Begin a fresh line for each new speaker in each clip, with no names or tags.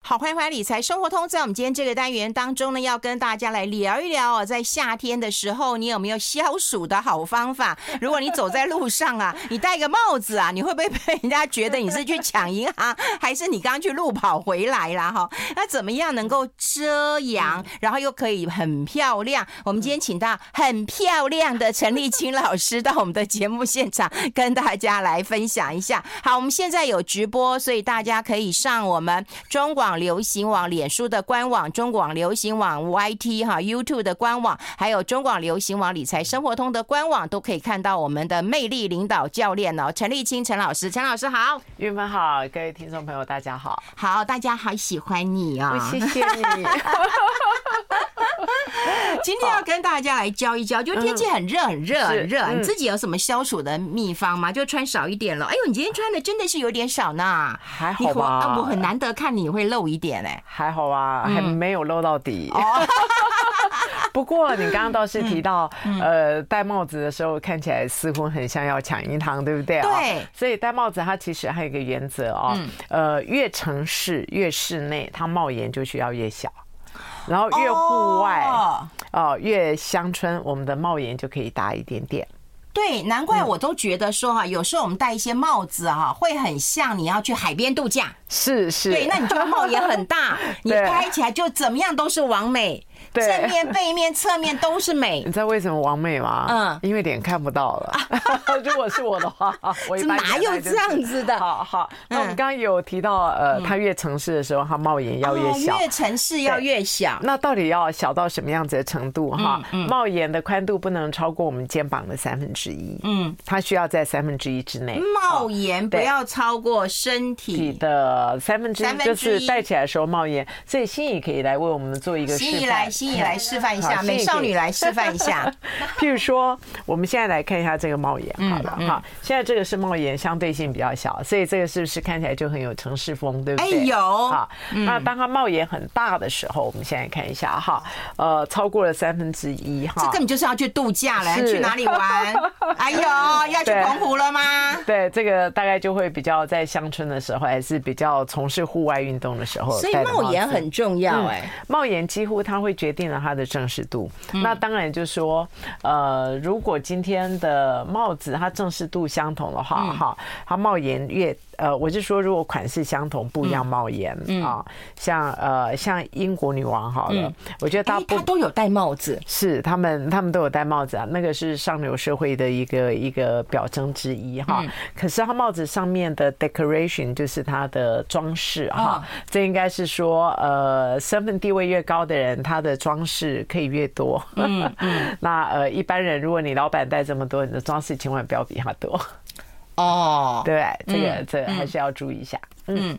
好，欢迎回来《理财生活通》。在我们今天这个单元当中呢，要跟大家来聊一聊哦，在夏天的时候，你有没有消暑的好方法？如果你走在路上啊，你戴个帽子啊，你会不会被人家觉得你是去抢银行，还是你刚去路跑回来啦？哈，那怎么样能够遮阳，然后又可以很漂亮？我们今天请到很漂亮的陈丽青老师到我们的节目现场，跟大家来分享一下。好，我们现在有直播，所以大家可以上我们中广。流行网、脸书的官网、中广流行网 YT 哈、YouTube 的官网，还有中广流行网理财生活通的官网，都可以看到我们的魅力领导教练哦，陈立清陈老师，陈老师好，
玉芬好，各位听众朋友大家好，
好，大家好喜欢你啊、
哦，谢谢你。
今天要跟大家来教一教，就天气很热很
嗯
热很热，你自己有什么消暑的秘方吗？就穿少一点了。哎呦，你今天穿的真的是有点少呢，
还好吧？
啊、我很难得看你会露一点哎、欸，
还好啊，还没有露到底。嗯 不过你刚刚倒是提到，呃，戴帽子的时候看起来似乎很像要抢银行，对不对、
哦？对。
所以戴帽子它其实还有一个原则哦，呃，越城市越室内，它帽檐就需要越小。然后越户外哦、呃，越乡村，我们的帽檐就可以大一点点。
对，难怪我都觉得说哈、啊，有时候我们戴一些帽子哈、啊，会很像你要去海边度假。
是是。
对，那你就帽檐很 大，你拍起来就怎么样都是完美。
对，
正面、背面、侧面都是美。
你知道为什么完美吗？嗯，因为脸看不到了。 如果是我 的话，我一般
哪有这样子的？嗯
好好，那我们刚刚有提到，呃，它越城市的时候，它帽檐 要越小，
哦越城市要越小。
那到底要小到什么样子的程度？哈，
嗯
帽檐的宽度不能超过我们肩膀的三分之一。嗯，它需要在三分之一之
嗯
内。
帽檐不要超过身体
的三分之一，就是戴起来的时候帽檐。所以心仪可以来为我们做一个示范。哎
心仪来示范一下，美少女来示范一 下。
譬如说，我们现在来看一下这个帽檐，
嗯
好了哈。现在这个是帽檐相对性比较小，所以这个是不是看起来就很有城市风，对不对？
哎，有
啊。那当它帽檐很大的时候，我们现在看一下哈，呃，超过了三分之一哈。
这根本就是要去度假了，去哪里 玩？哎呦，要去澎湖了吗？
对，这个大概就会比较在乡村的时候，还是比较从事户外运动的时候。
所以帽檐很重要
嗯
哎，
帽檐几乎它会。决定了它的正式度，那当然就说，呃，如果今天的帽子它正式度相同的话，哈、嗯，它帽檐越。呃，我是说，如果款式相同，不一样帽檐啊，像呃，像英国女王好了，我觉得大部
她都有戴帽子，
是他们他们都有戴帽子啊，那个是上流社会的一个一个表征之一哈。
嗯
可是她帽子上面的 decoration 就是她的装饰哈，
啊
这应该是说呃，身份地位越高的人，他的装饰可以越多。嗯嗯， 那呃，一般人如果你老板戴这么多，你的装饰千万不要比他多。
哦，
对，这个这还是要注意一下。嗯，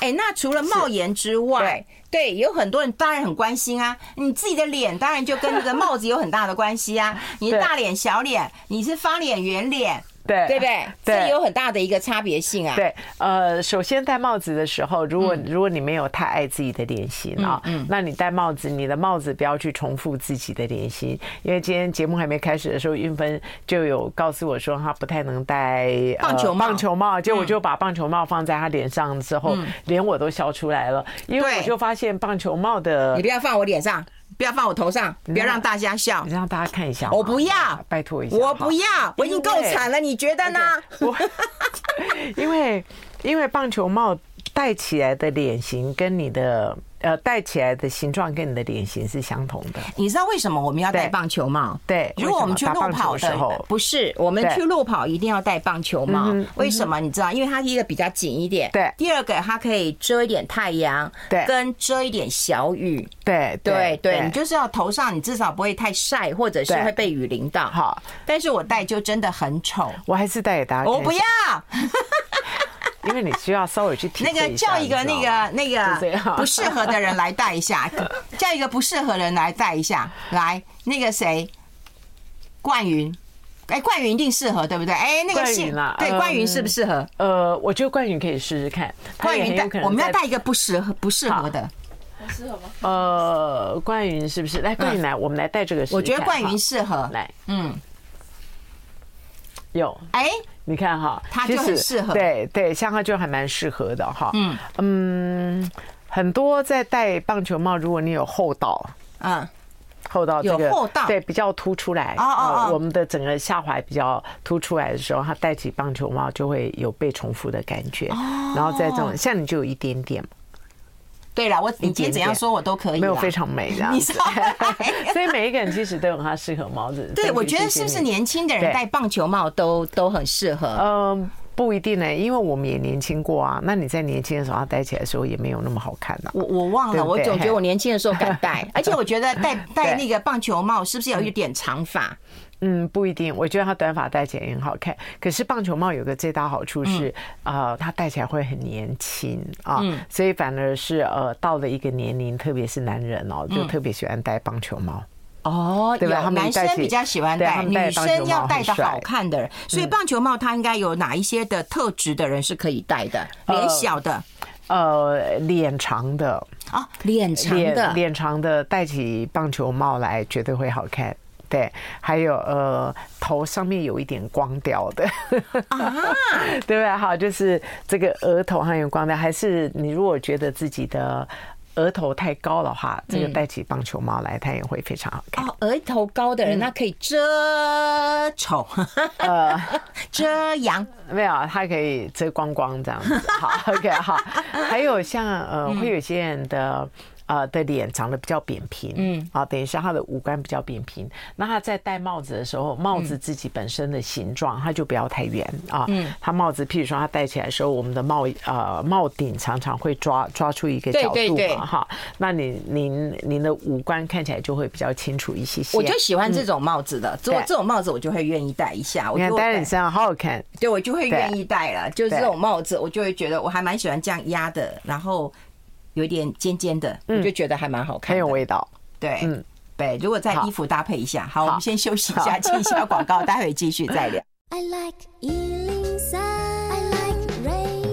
哎，那除了帽檐之外，对，有很多人当然很关心啊。你自己的脸当然就跟那个帽子有很大的关系啊。你大脸、小脸，你是方脸、圆脸。
对
对不对？这有很大的一个差别性啊。嗯
对，呃，首先戴帽子的时候，如果如果你没有太爱自己的脸型啊，嗯，那你戴帽子，你的帽子不要去重复自己的脸型，因为今天节目还没开始的时候，运芬就有告诉我说她不太能戴呃
棒球嗯
棒球帽，结果我就把棒球帽放在她脸上之后，连我都笑出来了，因为我就发现棒球帽的，
你不要放我脸上。不要放我头上，不要让大家笑，
你让大家看一下。啊
我不要，
拜托一下，
我不要，我已经够惨了，你觉得呢？
我 因为因为棒球帽戴起来的脸型跟你的呃戴起来的形状跟你的脸型是相同的。
你知道为什么我们要戴棒球帽？
对，
如果我们去路跑
的候，
不是我们去路跑一定要戴棒球帽。为什么？你知道？因为它第一个比较紧一点，
对；
第二个它可以遮一点太阳，
对，
跟遮一点小雨。
对
对对，你就是要头上，你至少不会太晒，或者是会被雨淋到。
好，
但是我戴就真的很丑，
我还是戴给大家。
我不要，
因为你需要稍微去体
那个叫一个那个那个不适合的人来戴一 下，叫一个不适合人来戴一下。来，那个谁，冠云。哎，冠云一定适合，对不对？哎，那个
姓啊，
对，冠云适不适合？
呃，我觉得冠云可以试试看。
冠云戴，我们要戴一个不适合不适合的。
适合吗？
呃，冠云是不是？来，冠云来，我们来带这个。
我觉得冠云适合。
来，
嗯，
有
哎，
你看哈，
他就很适合。
对对，像他就还蛮适合的哈。嗯嗯，很多在戴棒球帽，如果你有厚道，
嗯，
厚到这
有
个
厚道
对比较凸出来
哦哦
呃
哦
我们的整个下怀比较凸出来的时候，他戴起棒球帽就会有被重复的感
哦
觉，然后在这种像你就有一点点，
对了，我你今天
一点点
怎样说我都可以啦，
没有非常美这 样
你
子
知道吗
所以每一个人其实都有他适合帽子。
对，我觉得是不是
你？
年轻的人
对
戴棒球帽都都很适合？
嗯，不一定呢、因为我们也年轻过啊。那你在年轻的时候，它戴起来的时候也没有那么好看啊。
我我忘
对
了，
不
我
对
总觉得我年轻的时候敢 戴，而且我觉得戴戴
对
那个棒球帽是不是有一点长发？
嗯，不一定。我觉得它短发戴起来也很好看。可是棒球帽有个最大好处是，呃，它戴起来会很年轻啊，所以反而是呃，到了一个年龄，特别是男人哦，就特别喜欢戴棒球帽。
哦，
对吧
有
他们
男
戴
生
起
比较喜欢
对
戴，
他们
女
戴棒球
生要
帽
戴
很
的
帅
好看的，所以棒球帽它应该有哪一些的特质的人是可以戴的？脸
呃
小的
呃，脸长的，
啊，脸长
脸
的，
脸长的戴起棒球帽来，绝对会好看。对，还有呃，头上面有一点光雕的
啊
对不对？好，就是这个额头上有光雕，还是你如果觉得自己的额头太高的话，这个
嗯
戴起棒球帽来，它也会非常好看。
哦，额头高的人那可以遮丑，呃 遮阳。
没有，它可以遮光光这样子。好 ，OK，好。还有像
嗯
呃，会有些人的。呃的脸长得比较扁平，嗯，啊，等一下，他的五官比较扁平。那他在戴帽子的时候，帽子自己本身的形状，它就不要太圆啊。嗯，他帽子，譬如说他戴起来的时候，我们的帽呃帽顶常常会抓抓出一个
对
角
对
度
对
嘛，哈。那您您您的五官看起来就会比较清楚一些些。
我就喜欢这种帽子的，这
对
这种帽子我就会愿意戴一下。我
你看
就
戴在你身上好好看，
对我就会愿意戴了，就是
对
这种帽子，我就会觉得我还蛮喜欢这样压的，然后有点尖尖的，我就觉得还蛮好看
很
的
嗯有。味道。
对，
嗯
对，如果在
好
衣服搭配一下，好，我们
好
先休息一下，进一下广告，待会继续再聊。
I like Ealing Sound. I like radio.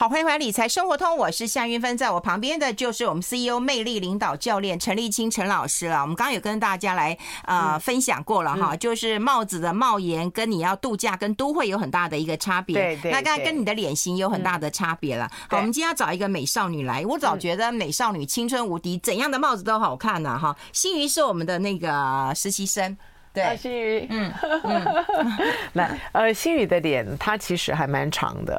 好，欢迎回来《理财生活通》，我是夏云芬，在我旁边的就是我们 CEO 魅力领导教练陈立清陈老师了。我们刚刚有跟大家来呃
嗯
分享过了哈，就是帽子的帽檐跟你要度假跟都会有很大的一个差别，
对对
那刚才
对
跟你的脸型有很大的差别了。好，
对嗯
我们今天要找一个美少女来，我早觉得美少女青春无敌，怎样的帽子都好看呢、哈。新瑜是我们的那个实习生，
啊，
对，
新宇，嗯， 那呃，新宇的脸它其实还蛮长的，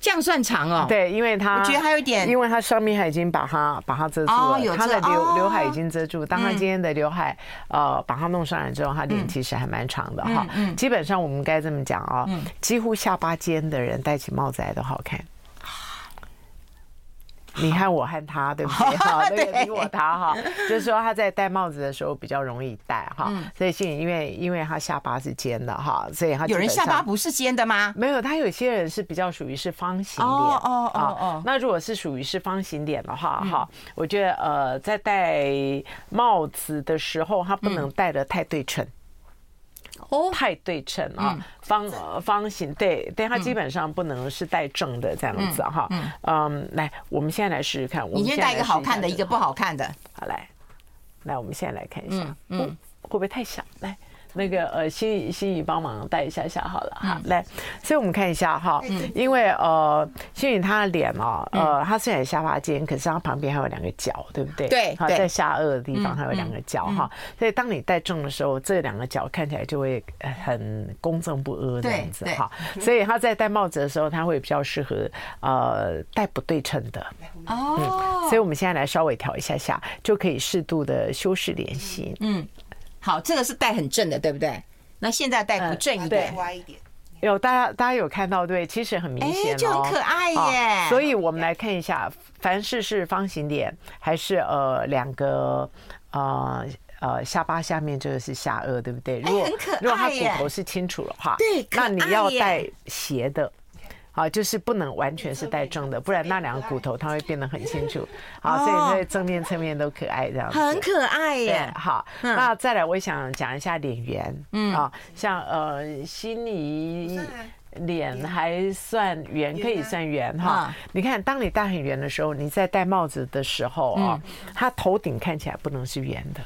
这样算长哦，，
对，因为它
我觉得还有一点
因为它上面还已经把它把它遮住
哦有
了，它的
遮哦嗯
刘刘海已经遮住。当它今天的刘海呃把它弄上来之后，它脸其实还蛮长的哈。
嗯
基本上我们该这么讲哦，几乎下巴尖的人戴起帽子来都好看。你看我和他对不 对？哈，那个你我他哈，就是说他在戴帽子的时候比较容易戴哈，
嗯
所以幸因为因为他下巴是尖的哈，所以他
有人
基本
下
上
巴不是尖的吗？
没有，他有些人是比较属于是方形脸
哦哦哦
啊
哦嗯
那如果是属于是方形脸的话，哈、我觉得呃，在戴帽子的时候，它不能戴的太对称。
嗯哦嗯
太对称啊，方呃方形，对对，它基本上不能是戴正的这样子啊哈。嗯，来，我们现在来试试看。我
你
们
先
现在
戴一
来
个
试
好看的，
这
一个不好看的。
好来，来，我们现在来看一下
嗯，
嗯，会不会太小？来，那个呃，心怡心怡帮忙带一下下好了
嗯
哈，来，所以我们看一下哈，因为呃，心怡她的脸哦，
嗯
呃，她虽然下巴尖，可是她旁边还有两个角，对不对？
对
好，
对嗯
在下颚的地方还有两个角哈，所以当你戴正的时候，这两个角看起来就会呃很公正不阿这样子
对对
哈，所以她在戴帽子的时候，她会比较适合呃戴不对称的。
哦，
所以我们现在来稍微调一下下，就可以适度的修饰脸型。
好，这个是戴很正的，对不对？那现在戴不正一点，
啊有大家大家有看到对，其实很明显、
哎
哦，
就很可爱耶
啊所以我们来看一下，凡是是方形脸，还是呃两个呃。呃，下巴下面这个是下颚，对不对？如果、
哎很可爱
如果它骨
耶
头是清楚的话，
对可
那
爱
你要
耶
戴斜的，啊，就是不能完全是戴正的，不然那两个骨头它会变得很清楚。好，所
哦
以在正面、侧面都可爱这样子。
很可爱
对
耶，。
好，那再来，我想讲一下脸圆，嗯啊，像呃，心仪脸还算圆，可以算圆哈
啊。
你看，当你戴很嗯圆的时候，你在戴帽子的时候啊，它头顶看起来不能是圆的，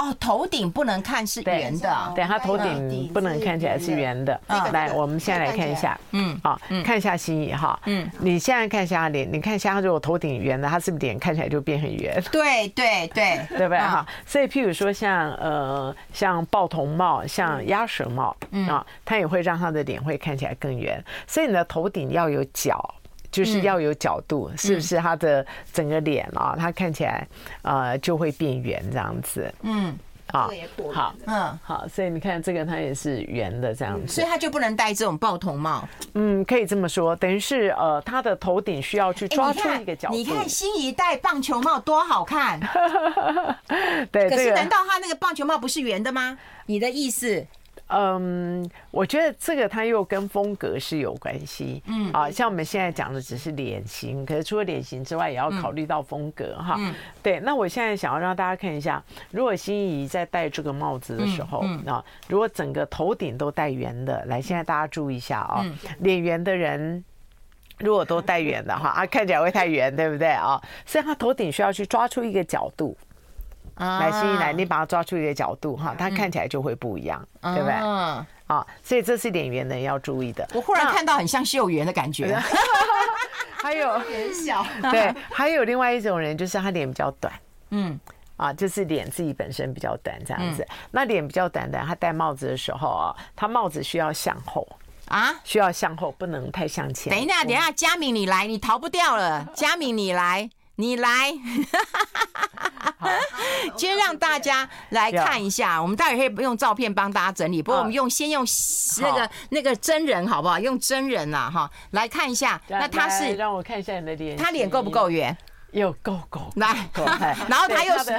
哦，头顶不能看是
对
圆的，
对，它头
嗯
顶不能看起来是圆的。啊
那个
来，我们现在来看一下，嗯，好，看一下心仪哈，嗯，你现在看一下他脸，你看一下他如果头顶圆的，他是不是脸看起来就变很圆？
对对对
对不对
嗯
哈？所以譬如说像呃像豹头帽、像鸭舌帽
嗯
啊，它也会让它的脸会看起来更圆。所以你的头顶要有角。就是要有角度，是不是它的整个脸啊，它看起来呃就会变圆这样子
嗯
啊
这个也椭圆的
好
嗯，
好，所以你看这个它也是圆的这样
所
子
以，他就不能戴这种豹头帽。
嗯，可以这么说，等于是呃它的头顶需要去
哎
抓
你
出
看
一个角度。
你看心仪戴棒球帽多好看，
对
可
啊这
是
个
难道他那个棒球帽不是圆的吗？你的意思？
嗯，我觉得这个它又跟风格是有关系。嗯，啊，像我们现在讲的只是脸型，可是除了脸型之外，也要考虑到风格哈。对，那我现在想要让大家看一下，如果心仪在戴这个帽子的时候、啊，如果整个头顶都戴圆的，来，现在大家注意一下啊，脸圆的人。如果都戴圆的哈，啊，看起来会太圆，对不对啊？所以他头顶需要去抓出一个角度，
啊
来，心仪来，你把它抓出一个角度哈，它看起来就会不一样，对不对？
嗯，
啊，所以这是脸圆的人要注意的。
我忽然看到很像秀媛的感 觉，
还有
很小，
对， 还有另外一种人就是他脸比较短
嗯，
啊，就是脸自己本身比较短这样子。那脸比较短的，他戴帽子的时候啊，他帽子需要向后，
啊。
需要向后，不能太向前。
等一下，等一下，佳敏你来，你逃不掉 了。佳敏你来，你来，今天让大家来看一下，我们待会可以用照片帮大家整理，不过
好
我们用先用那个那个真人好不好？用真人啊哈，来看一下，
来，
那他
来
是
让我看一下你的脸，
他脸够不够？圆？
有够够。
来
够哎
然后他
对
又
的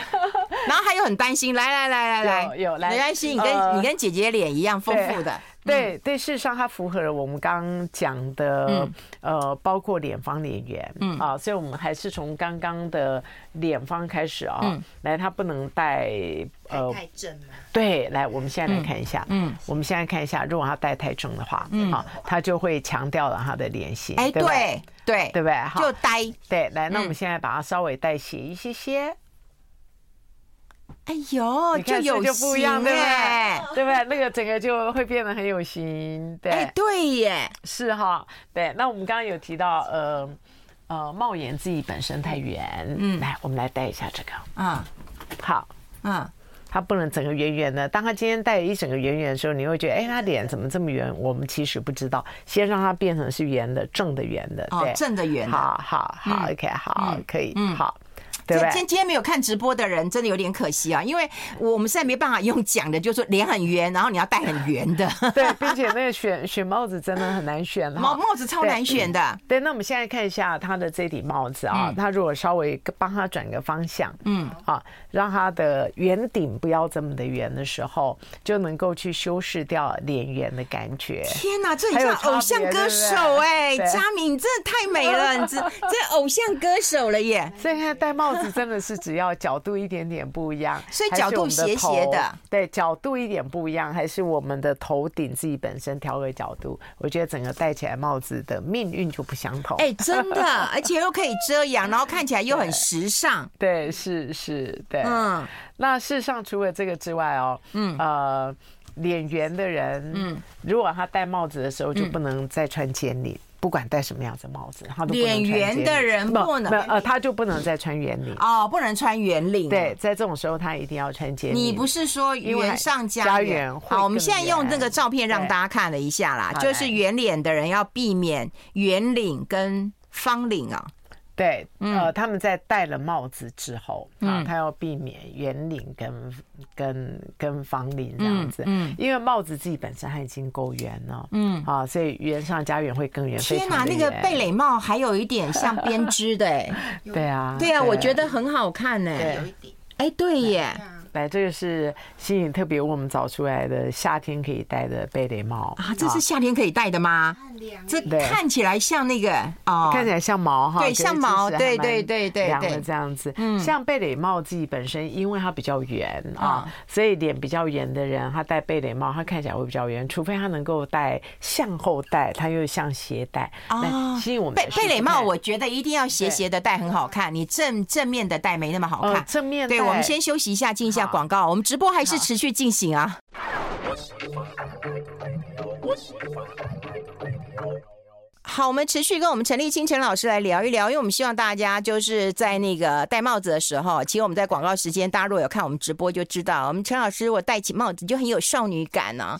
然后他又很担心，来来来来来，
有有来
没关系，你
呃
跟你跟姐姐脸一样丰富的，嗯
对对，事实上它符合了我们刚刚讲的，呃，包括脸方脸圆，
嗯
啊，所以我们还是从刚刚的脸方开始啊、
嗯
来，它不能带呃，
太正了，
对，来，我们现在来看一下，嗯，我们现在看一下，如果它带太正的话，啊，它就会强调了它的脸型，
嗯哎，
对不对
对对
对不对？好
就嗯呆，
对，来，那我们现在把它稍微带斜一 些些，
哎呦，
你
就
看是
有
不是就不一样，
型
对不
哎
对？对不对？那个整个就会变得很有型，对。
哎，对耶，
是哈，对。那我们刚刚有提到，呃呃，帽檐自己本身太圆，嗯，来，我们来戴一下这个，
啊
好，
啊，
它不能整个圆圆的。当他今天戴一整个圆圆的时候，你会觉得，哎、他脸怎么这么圆？我们其实不知道，先让它变成是圆的，正的圆的，
哦
对，，
正的圆的。
好好好、o k 好，可以，好，对
这
不对
今？今天没有看直播的人真的有点可惜啊，因为我们现在没办法用讲的，就是说脸很圆，然后你要戴很圆的
对，并且那个选选帽子真的很难 选哈
帽帽子，超难选的。
对，那我们现在看一下他的这顶帽子
嗯
啊，他如果稍微帮他转个方向，嗯，啊，让他的圆顶不要这么的圆的时候，就能够去修饰掉脸圆的感觉。
天哪，这很
还有
像
差
偶像
别
歌
对不对
手哎、
对
佳敏，你真的太美了， 你这这偶像歌手了耶！
所以看戴帽子真的是只要角度一点点不一样，
所以
还是
角度
我们
斜
头
斜的，
对，角度一点不一样，还是我们的头顶自己本身调个角度，我觉得整个戴起来帽子的命运就不相同。
哎、真的，而且又可以遮阳，然后看起来又很时尚。
对，是是，对，
嗯，
那事实上，除了这个之外哦，嗯，呃，脸圆的人，嗯，如果他戴帽子的时候就
嗯
不能再穿尖领，不管戴什么样子的帽子，他都不能穿
脸圆
尖
的
领
人不能
没有呃，他就不能再穿圆领。
哦，不能穿圆领。
对，，在这种时候，他一定要穿尖领。
你不是说
因为
圆上
家
加
园
圆？
会
好，我们
更
现在用那个
圆
照片让
对
大家看了一下啦，
好
就是
来
圆脸的人要避免圆领跟方领啊。
对，
嗯
呃，他们在戴了帽子之后啊，他要避免圆领跟跟跟方领这样子，嗯，因为帽子自己本身它已经够圆了，嗯，啊，所以圆上加圆会更圆。非
天
常地
那个
圆
贝蕾帽还有一点像编织 的、哎，
对啊，
对啊，我觉得很好看呢、
对
有一点，
哎，对耶，
啊，
来，这个是新颖特别为我们找出来的夏天可以戴的贝雷帽
啊，这是夏天可以戴的吗？
很凉，
这
对
看起来像那个哦，
看起来像毛哈，
对
可是
像毛
其实还
对
蛮
对对对
凉的
对嗯
这样子。像贝雷帽自己本身，因为它比较圆啊
啊，
所以脸比较圆的人，他戴贝雷帽，他看起来会比较圆，除非他能够戴向后戴，他又向斜戴。
哦
来，吸引我们
贝
的是
贝蕾
看
帽，我觉得一定要斜斜的戴很好看，你正正面的戴没那么好
呃
看。
正面
对，
戴
我们先休息一下，进一下广告，我们直播还是持续进行啊。好，我们持续跟我们陈立清陈老师来聊一聊，因为我们希望大家就是在那个戴帽子的时候，其实我们在广告时间，大家如果有看我们直播就知道，我们陈老师如果戴起帽子就很有少女感 呢、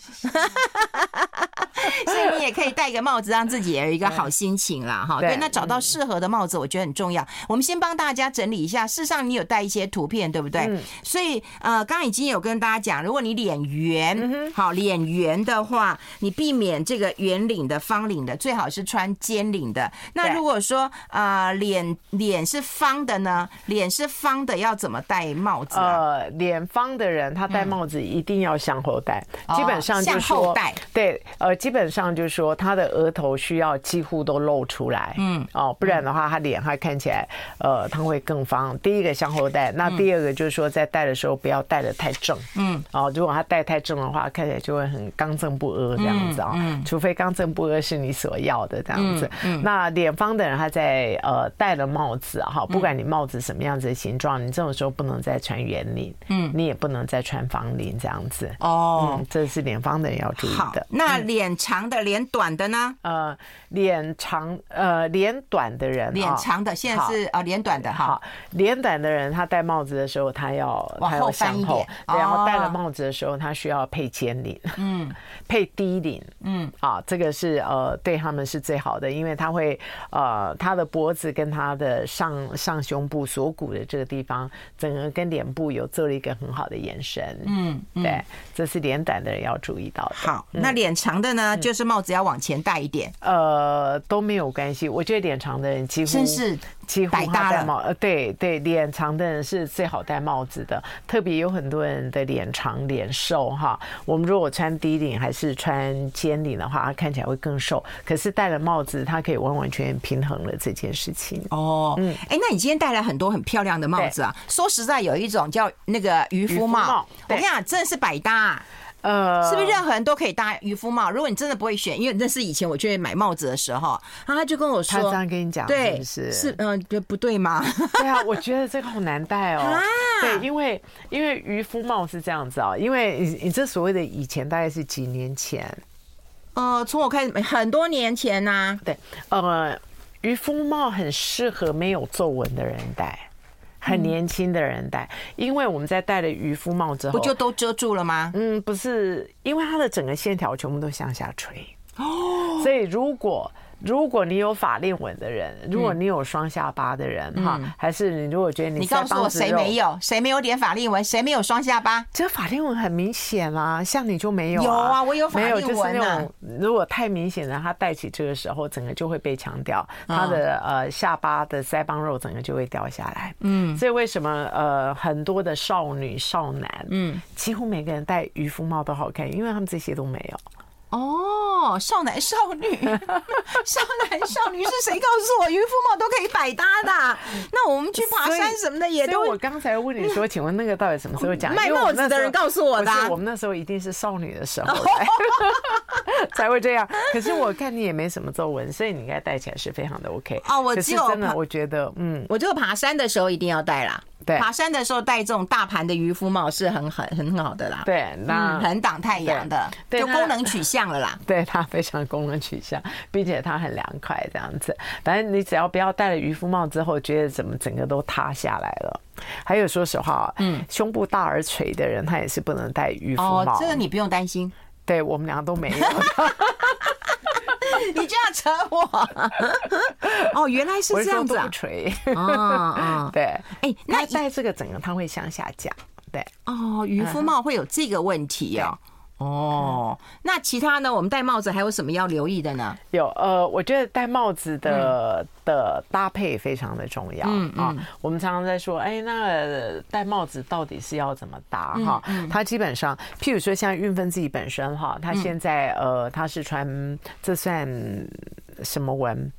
所以你也可以戴个帽子，让自己也有一个好心情啦，哈。
对
对，那找到适合的帽子，我觉得很重要。我们先帮大家整理一下，事实上你有带一些图片，对不对？
嗯
所以呃，刚刚已经有跟大家讲，如果你脸
嗯
圆，好脸圆的话，你避免这个圆领的、方领的，最好是穿尖领的。那
对
如果说呃脸脸是方的呢，脸是方的要怎么戴帽子啊？
呃，脸方的人他
嗯
戴帽子一定要向后戴，
哦
基本上就
向后
说
戴
对，呃，基本上就是说他的额头需要几乎都露出来，嗯，哦，不然的话他脸他看起来，呃，他会更方。第一个向后戴，那第二个就是说在戴的时候不要戴的太正，嗯，哦，如果他戴太正的话，看起来就会很刚正不阿这样子啊、除非刚正不阿是你所要的这样子。那脸方的人他在呃戴了帽子啊哈，不管你帽子什么样子的形状，你这种时候不能再穿圆领，嗯，你也不能再穿方领这样子。
哦，
嗯，这是脸方的人要注意
好
嗯的，。
那脸长的、脸短的呢？
呃，脸长呃脸短的人，
脸
哈
长的现在
好
是呃脸短的哈
好。，脸短的人他戴帽子的时候，他要
往
他
后
要
翻
向
一
后
点，
对然后戴
哦
了帽子的时候，他需要配尖领，嗯， 配低领，嗯，啊，这个是呃对他们是最好的，因为他会呃他的脖子跟他的上上胸部锁骨的这个地方，整个跟脸部有做了一个很好的延伸，嗯，对，这是脸短的人要注意到的。
好，那脸长的
嗯
呢，就是帽子要往前戴一点，
呃，都没有关系。我觉得脸长的人几乎
真是
几乎
百搭
他戴
了
帽，呃，对对，脸长的人是最好戴帽子的。特别有很多人的脸长脸瘦哈，我们如果穿低领还是穿尖领的话，他看起来会更瘦。可是戴了帽子，它可以完完全全平衡了这件事情。
哦。嗯，哎，那你今天戴了很多很漂亮的帽子啊。说实在，有一种叫那个渔
渔
夫
夫
帽
帽，
我
对
跟你讲，真的是百搭啊。
呃，
是不是任何人都可以搭渔夫帽？如果你真的不会选，因为那是以前我去买帽子的时候，然后他就跟我
他
说，
这样跟你讲，是
对，
不是？
是嗯，就不对吗？
对啊，我觉得这个好难戴哦。
啊
对，因为因为渔夫帽是这样子啊、因为你你这所谓的以前大概是几年前，
呃，从我开始很多年前啊呐，
对，呃，渔夫帽很适合没有皱纹的人戴，很年轻的人戴，因为我们在戴了渔夫帽之后，
不就都遮住了吗？
嗯，不是，因为它的整个线条全部都向下垂哦，所以如果。如果你有法令纹的人，如果你有双下巴的人，哈、还是你如果觉得你
嗯你告
腮
诉
帮
我
子
谁
肉
没有？谁没有点法令纹？谁没有双下巴？
这法令纹很明显啊，像你就没有、啊。
有啊我有法
没有
令
就是
纹啊
那种如果太明显了，他戴起这个时候，整个就会被强调，他
嗯
的、呃下巴的腮帮肉整个就会掉下来。嗯，所以为什么呃很多的少女少男，嗯，几乎每个人戴渔夫帽都好看，因为他们这些都没有。
哦，少男少 女，少男少女是谁告诉我渔夫帽都可以百搭的 啊、那我们去爬
所以
山什么的也
所以
都
我刚才问你说，请问那个到底什么时 候讲？
卖
因为我
帽子
那时候
的人告诉我的啊
不是我们那时候一定是少女的时候才 才会这样。可是我看你也没什么皱纹，所以你应该戴起来是非常的 OK。
哦我
可是
只有
真的
怕，
我觉得嗯，
我就爬山的时候一定要戴啦。
对
爬山的时候戴这种大盘的渔夫帽是很很很好的啦。，
对，那
嗯，很挡太阳的，
对
就
对
功能取向了啦。
对它非常功能取向，并且它很凉快这样子。反正你只要不要戴了渔夫帽之后，觉得怎么整个都塌下来了。还有说实话，嗯，胸部大而垂的人，他也是不能戴渔夫
哦
帽，。
这个你不用担心，
对我们俩都没有。
你这样扯 我。哦，原来是
我
这
说
样子
都
啊
不。垂。
哦 哦，
对，
哎，那
那戴这个整个它会向下降，对，
哦，渔
嗯
夫帽会有这个问题哦。哦，那其他呢？我们戴帽子还有什么要留意的呢？
有呃，我觉得戴帽子的、的搭配非常的重要、
嗯
啊。我们常常在说，哎，那呃戴帽子到底是要怎么搭
嗯
哈？它基本上，譬如说像运分自己本身
嗯
哈，他现在呃他是穿这算什么纹？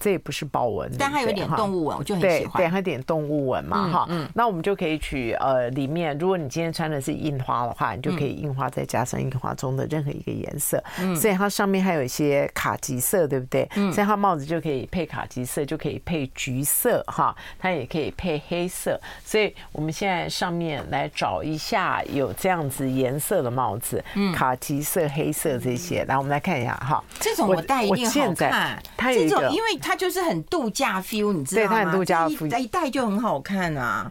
这也不是豹纹，
但它有一点动
物。
物纹，我就很喜
对对，
欢。嗯
它有点动物纹嘛，哈、那我们就可以取呃里面，如果你今天穿的是印花的话，你
嗯
就可以印花再加上印花中的任何一个颜色，所以它上面还有一些卡其色，对不对？
嗯
所以它帽子就可以配卡其色，就可以配橘色哈，它也可以配黑色，所以我们现在上面来找一下有这样子颜色的帽子，
嗯
卡其色、黑色这些，来我们来看一下哈，
这种我戴一定好
现在
看。
它有
这
一
种
个
因为它就是很度假 feel，你知道吗？
对它很度假
这一
feel
一戴就很好看啊，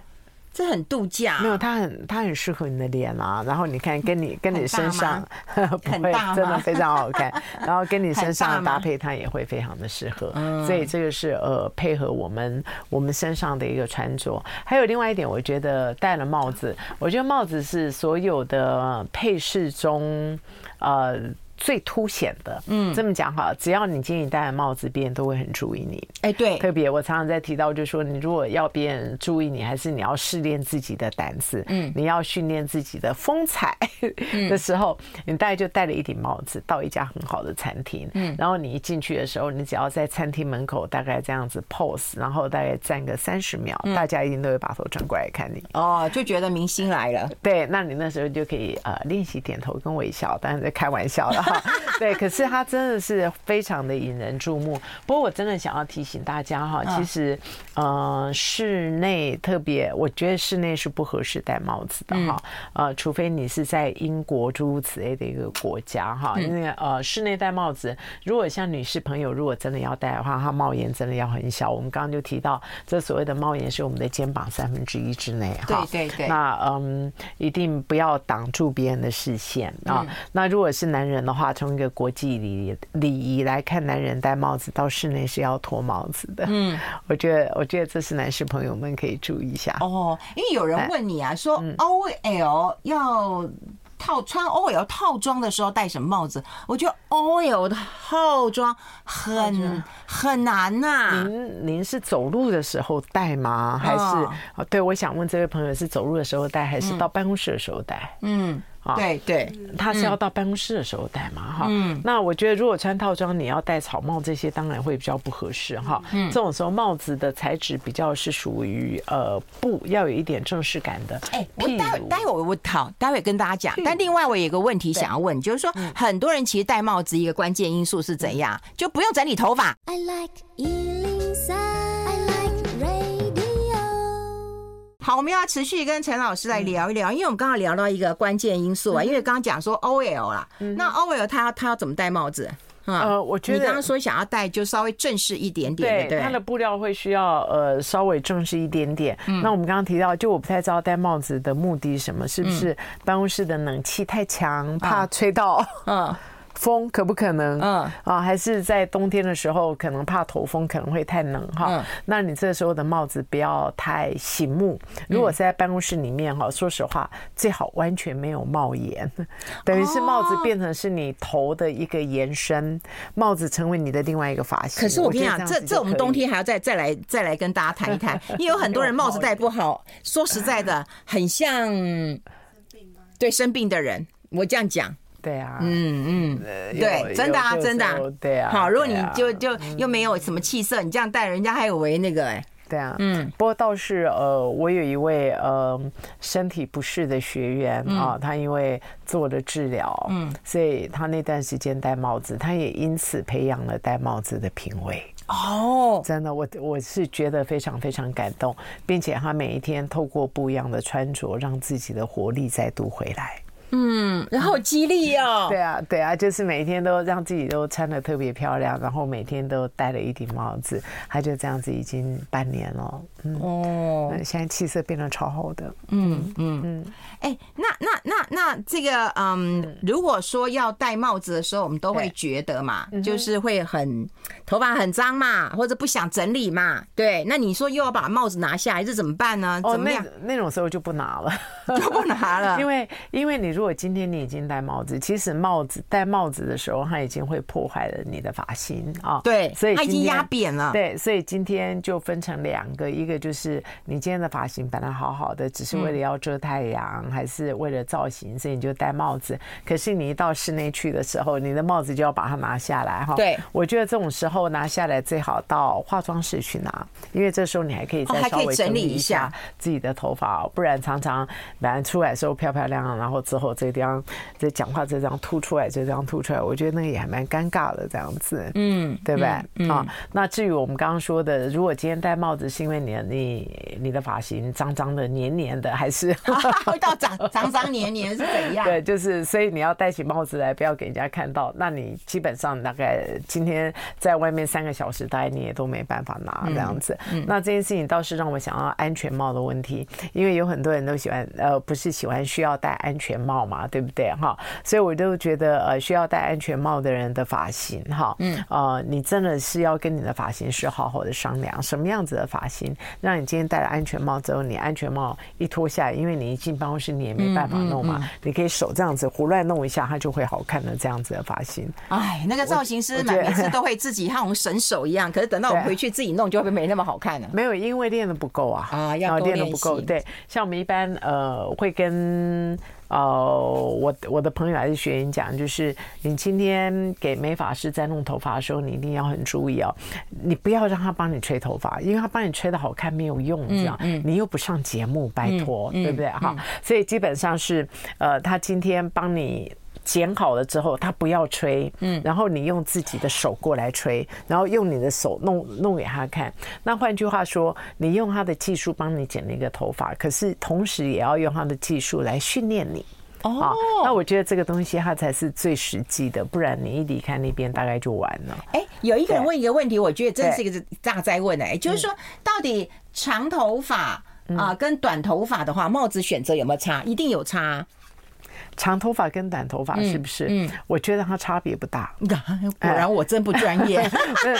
这很度假。
没有，它很它很适合你的脸啊。然后你看，跟你跟你
很大
身
吗
上 不
很
会
大
真
吗
的非常好 看，然后跟你身上
很
的
大吗
搭配，它也会非常的适合。所以这个是
嗯
呃配合我们我们身上的一个穿着。还有另外一点，我觉得戴了帽子，我觉得帽子是所有的配饰中，呃。最凸显的，嗯，这么讲哈，只要你今天戴了帽子，别人都会很注意你。
哎，对，
特别我常常在提到，就是说你如果要别人注意你，还是你要试炼自己的胆子，嗯，你要训练自己的风采 的时候，你大概就戴了一顶帽子到一家很好的餐厅，嗯，然后你一进去的时候，你只要在餐厅门口大概这样子 pose，然后大概站个三十秒，大家一定都会把头转过来看你。
哦，就觉得明星来了。
对，那你那时候就可以呃练习点头跟微笑，当然在开玩笑了哈。 对，可是它真的是非常的引人注目。不过我真的想要提醒大家哈，其实呃室内特别，我觉得室内是不合适戴帽子的哈。呃，除非你是在英国诸如此类的一个国家哈，那个呃室内戴帽子，如果像女士朋友如果真的要戴的话，它帽檐真的要很小。我们刚刚就提到，这所谓的帽檐是我们的肩膀三分之一之内哈。
对对对
那嗯，一定不要挡住别人的视线啊。
嗯
那如果是男人的话，从一个国际礼礼仪来看，男人戴帽子到室内是要脱帽子的。嗯， 我觉得我觉得这是男士朋友们可以注意一下。
哦，因为有人问你啊，说 OL 要套穿 OL 套装的时候戴什么帽子？我觉得 OL 的套装很很难呐、
您您是走路的时候戴吗？还是
哦
哦对，我想问这位朋友是走路的时候戴，还是到办公室的时候戴？
嗯，
啊
对对，
他是要
嗯
到办公室的时候戴嘛，哈。那我觉得如果穿套装，你要戴草帽这些，当然会比较不合适哈。
嗯
这种时候帽子的材质比较是属于呃布，要有一点正式感的。
哎、我
譬
待
如
待会我我好，待会跟大家讲。但另外我有一个问题想要问，就是说很多人其实戴帽子一个关键因素是怎样，就不用整理头发。
I like Ealing Sound. I like radio.
好，我们要持续跟陈老师来聊一聊，因为我们刚刚聊到一个关键因素啊，因为刚刚讲说 OL 啦，那 OL 他要他要怎么戴帽子？嗯
呃我觉得
你刚刚说想要戴就稍微正式一点点，对
对
不对？
它的布料会需要呃稍微正式一点点。
嗯
那我们刚刚提到，就我不太知道戴帽子的目的是什么，是不是办公室的冷气太强，怕
啊
吹到？
嗯，
风可不可能？
嗯
嗯啊，还是在冬天的时候，可能怕头风，可能会太冷哈。
嗯
那你这时候的帽子不要太醒目。如果是在办公室里面哈，说实话，最好完全没有 帽檐，等于是帽
哦
子变成是你头的一个延伸，帽子成为你的另外一个发型。
可是我跟你讲，
觉得
这
样子就
这我们
可以
冬天还要再再来再来跟大家谈一 谈，因为有很多人帽子戴不好，说实在的，很像对生病的人，我这样讲。
对啊，呃
嗯嗯，对，
有
真的啊，
有
真的啊
有时候，对啊
好，如果
对
你
啊
就就又没有什么气色，你这样戴人家还以为那个哎，
对啊，嗯，不过倒是呃，我有一位呃身体不适的学员啊，他因为做了治疗，嗯，所以他那段时间戴帽子，他也因此培养了戴帽子的品味。
哦，
真的，我我是觉得非常非常感动，并且他每一天透过不一样的穿着，让自己的活力再度回来。
嗯，然后激励哦，
对啊，对啊，就是每天都让自己都穿的特别漂亮，然后每天都戴了一顶帽子，他就这样子已经半年了。嗯，
哦，
嗯现在气色变得超好的。
哎、那那那那这个，嗯，如果说要戴帽子的时候，我们都会
对嗯
觉得嘛，就是会很头发很脏嘛，或者不想整理嘛，对。那你说又要把帽子拿下来，这怎么办呢？
哦，
怎么
那
样嗯
那种时候就不拿了，
就不拿了？
因
为
为因为你如果今天你已经戴帽子，其实帽子戴帽子的时候，它已经会破坏了你的发型啊。
对，
所以
它已经
今天
压。扁了。
对，所以今天就分成两个，一个就是你今天的发型本来好好的，只是为了要遮太阳，还是为了造型，所以你就戴帽子。可是你一到室内去的时候，你的帽子就要把它拿下来哈。
对
我觉得这种时候拿下来最好到化妆室去拿，因为这时候你还可以
哦
再
还
稍
可以
微
整
整
理
理
一
一
下
下自己的头发哦，不然常常本来出来的时候漂漂亮亮，然后之后这地方这讲话这张凸出来，这张凸出来，我觉得那个也还蛮尴尬的这样子。
嗯，
对不对？啊，那至于我们刚刚说的，如果今天戴帽子是因为你的你你的发型脏脏的、黏黏的，还 是
啊会到 长长长年年是怎样？
对，就是所以你要戴起帽子来，不要给人家看到。那你基本上大概今天在外面三个小时，大概你也都没办法拿这样子。那这件事情倒是让我想到安全帽的问题，因为有很多人都喜欢呃，不是喜欢需要戴安全帽嘛，对不对哈？所以我就觉得呃，需要戴安全帽的人的发型哈，嗯，呃，你真的是要跟你的发型师好好的商量，什么样子的发型，让你今天戴了安全帽之后，你安全帽一脱下来，因为你一进办公室你也没办法弄嘛，你可以手这样子胡乱弄一下，它就会好看的这样子的发型。
哎，那个造型师嘛，
我觉
每
得
次都会自己像我们神手一样，可是等到我们
对啊
回去自己弄，就会没那么好看了。
没有，因为练的不够啊，
啊要
然后
多
练的
练
不够。
习嗯
对，像我们一般呃会跟呃我我的朋友还是学员讲，就是你今天给美发师在弄头发的时候，你一定要很注意哦，你不要让他帮你吹头发，因为他帮你吹的好看没有用，这样、
嗯
你又不上节目，拜托，对不对？哈、所以基本上是呃他今天帮你。剪好了之后，他不要吹，嗯，然后你用自己的手过来吹，然后用你的手弄弄给他看。那换句话说，你用他的技术帮你剪了一个头发，可是同时也要用他的技术来训练你。
哦
啊，那我觉得这个东西它才是最实际的，不然你一离开那边大概就完了。
哎、有一个人
对
问一个问题，我觉得真是一个大灾问哎、就是说到底长头发啊、
嗯
跟短头发的话，帽子选择有没有差？一定有差、 啊。
长头发跟短头发是不是？我觉得它差别不大。
果然我真不专业。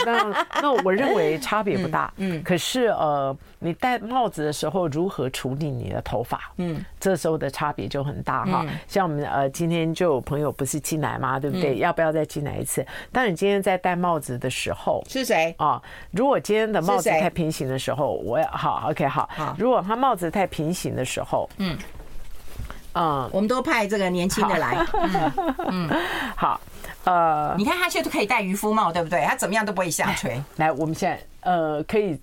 那那那我认为差别不大。嗯，可是呃，你戴帽子的时候如何处理你的头发？嗯，这时候的差别就很大哈。像我们呃，今天就有朋友不是进来嘛，对不对？要不要再进来一次？当你今天在戴帽子的时候。
是谁？
啊，如果今天的帽
是
子
谁
太平行的时候，我要好，OK，好
好。
如果他帽子太平行的时候，嗯，嗯，
我们都派这个年轻的来。
好，呃，
你看他现在都可以戴渔夫帽，对不对？他怎么样都不会下垂。
来，我们现在呃可以。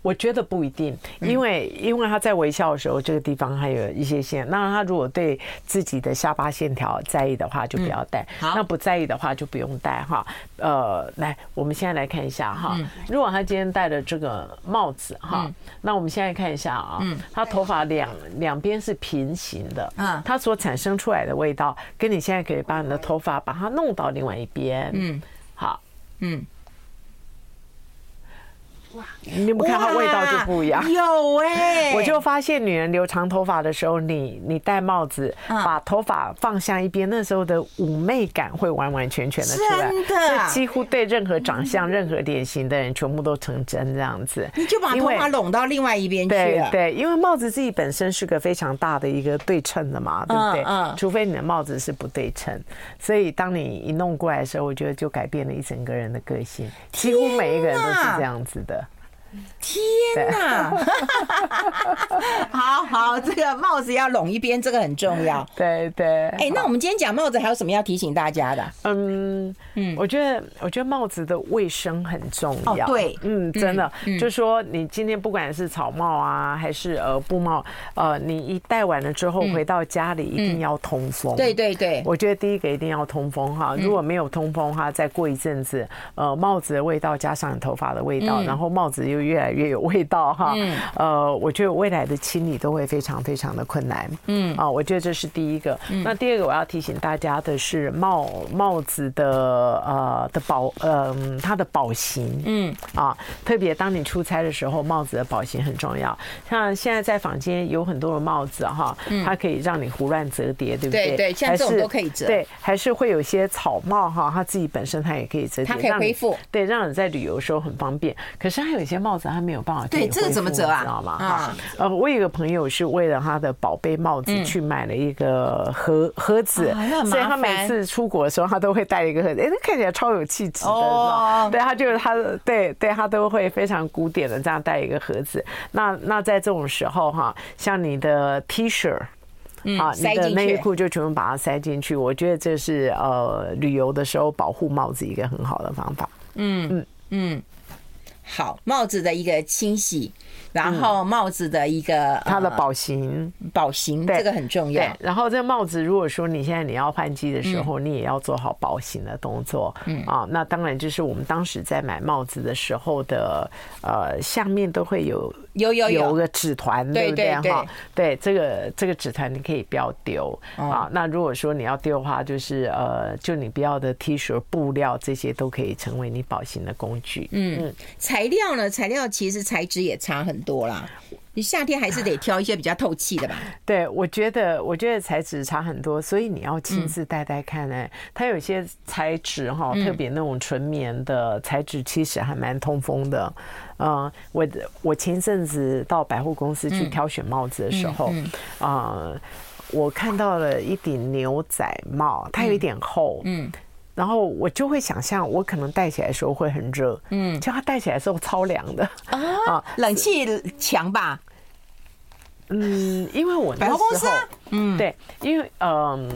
我觉得不一定，
嗯
因为因为他在微笑的时候，这个地方还有一些线。那他如果对自己的下巴线条在意的话，就不要戴；
嗯好
那不在意的话，就不用戴哈。呃，来，我们现在来看一下哈，
嗯
如果他今天戴的这个帽子哈，那我们现在看一下啊，他头发两两边是平行的，
嗯
它所产生出来的味道，跟你现在可以把你的头发把它弄到另外一边，嗯，好，
嗯，
你们看它味道就不一样
哇。有哎、
我就发现女人留长头发的时候，你你戴帽子，
嗯
把头发放向一边，那时候的妩媚感会完完全全的出来，
真的
这几乎对任何长相、任何脸型的人，全部都成真这样子。
你就把
因
头
为
发拢到另外一边去
对
了。
对，因为帽子自己本身是个非常大的一个对称的嘛，对不对？
嗯嗯
除非你的帽子是不对称，所以当你一弄过来的时候，我觉得就改变了一整个人的个性，几乎每一个人都是这样子的。
天哪！ 好好，这个帽子要拢一边，这个很重要。
对对。
哎、那我们今天讲帽子还有什么要提醒大家的？
嗯我觉得我觉得帽子的卫生很重
哦
要。
对
嗯，真的，就说你今天不管是草帽啊，还是呃布帽，呃，你一戴完了之后回到家里一定要通风。
对对对，
我觉得第一个一定要通风哈，如果没有通风哈，再过一阵子，呃，帽子的味道加上你头发的味道，然后帽子又越来越有味道哈，呃，我觉得未来的清理都会非常非常的困难，嗯，啊，我觉得这是第一个。那第二个我要提醒大家的是帽帽子的呃的保嗯、它的保型，嗯啊，特别当你出差的时候，帽子的保型很重要。像现在在坊间有很多的帽子哈，它可以让你胡乱折叠，对不
嗯对
对
对像这种
还是
都可以折
对，还是会有一些草帽哈，它自己本身它也可以折叠，
它可以
让你
恢复
对，让你在旅游的时候很方便。可是它有一些帽子它没有办法可以
对这个
恢
怎么
复
折啊
你知道吗？
啊
哈，呃，我有一个朋友是为了他的宝贝帽子去买了一个盒盒子
嗯啊那很，
所以
麻
他每
烦
次出国的时候他都会带一个盒子，哎，那看起来超有气质的，你知道
哦
吗对，他就是他的，对对，他都会非常古典的这样带一个盒子。那那在这种时候哈，像你的 T 恤。
嗯
啊，
塞
你
进
的
去
内衣裤就全部把它塞进去。我觉得这是呃旅游的时候保护帽子一个很好的方法。
嗯，好，帽子的一个清洗，然后帽子的一个、
它的
呃
保型
保型，
对
这个很重
对
要，。嗯
然后这个帽子，如果说你现在你要换季的时候，你也要做好保型的动作。嗯啊，那当然就是我们当时在买帽子的时候的，呃，下面都会有
有有有
个纸团，
对
不
对
对
对
哈？对，这个这个纸团你可以不要丢
哦
啊。那如果说你要丢的话，就是呃，就你不要的 T 恤、布料这些都可以成为你保型的工具。嗯，
材料呢？材料其实材质也差很多啦。你夏天还是得挑一些比较透气的吧。
对，我觉得我觉得材质差很多，所以你要亲自戴戴看哎、它有些材质哈，特别那种纯棉的材质，其实还蛮通风的。嗯，我的我前阵子到百货公司去挑选帽子的时候，啊、我看到了一顶牛仔帽，它有一点厚，嗯。然后我就会想象，我可能戴起来的时候会很热，嗯，就它戴起来的时候超凉的啊，
冷气强吧？
嗯，因为我那
百货公
时
司啊
候，嗯，对，因为嗯。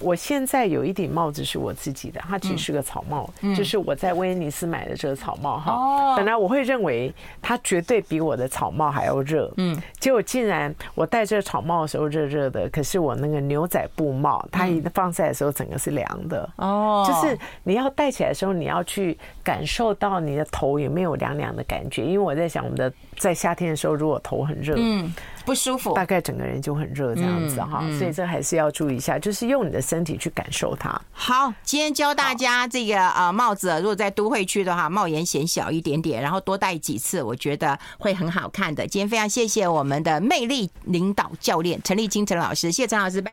我现在有一顶帽子是我自己的，它其实是个草帽，就是我在威尼斯买的这个草帽哈。
嗯哦
本来我会认为它绝对比我的草帽还要热，嗯，结果竟然我戴这个草帽的时候热热的，可是我那个牛仔布帽，它一放在的时候整个是凉的。
哦
就是你要戴起来的时候，你要去感受到你的头有没有凉凉的感觉，因为我在想，我们的在夏天的时候，如果头很热，
嗯，不舒服嗯
大。概整个人就很热这样子哈，所以这还是要注意一下，就是用你的身体去感受它。
好，今天教大家这个呃帽子，如果在都会区的话，帽檐显小一点点，然后多戴几次，我觉得会很好看的。今天非常谢谢我们的魅力领导教练陈丽金陈老师，谢谢陈老师，拜。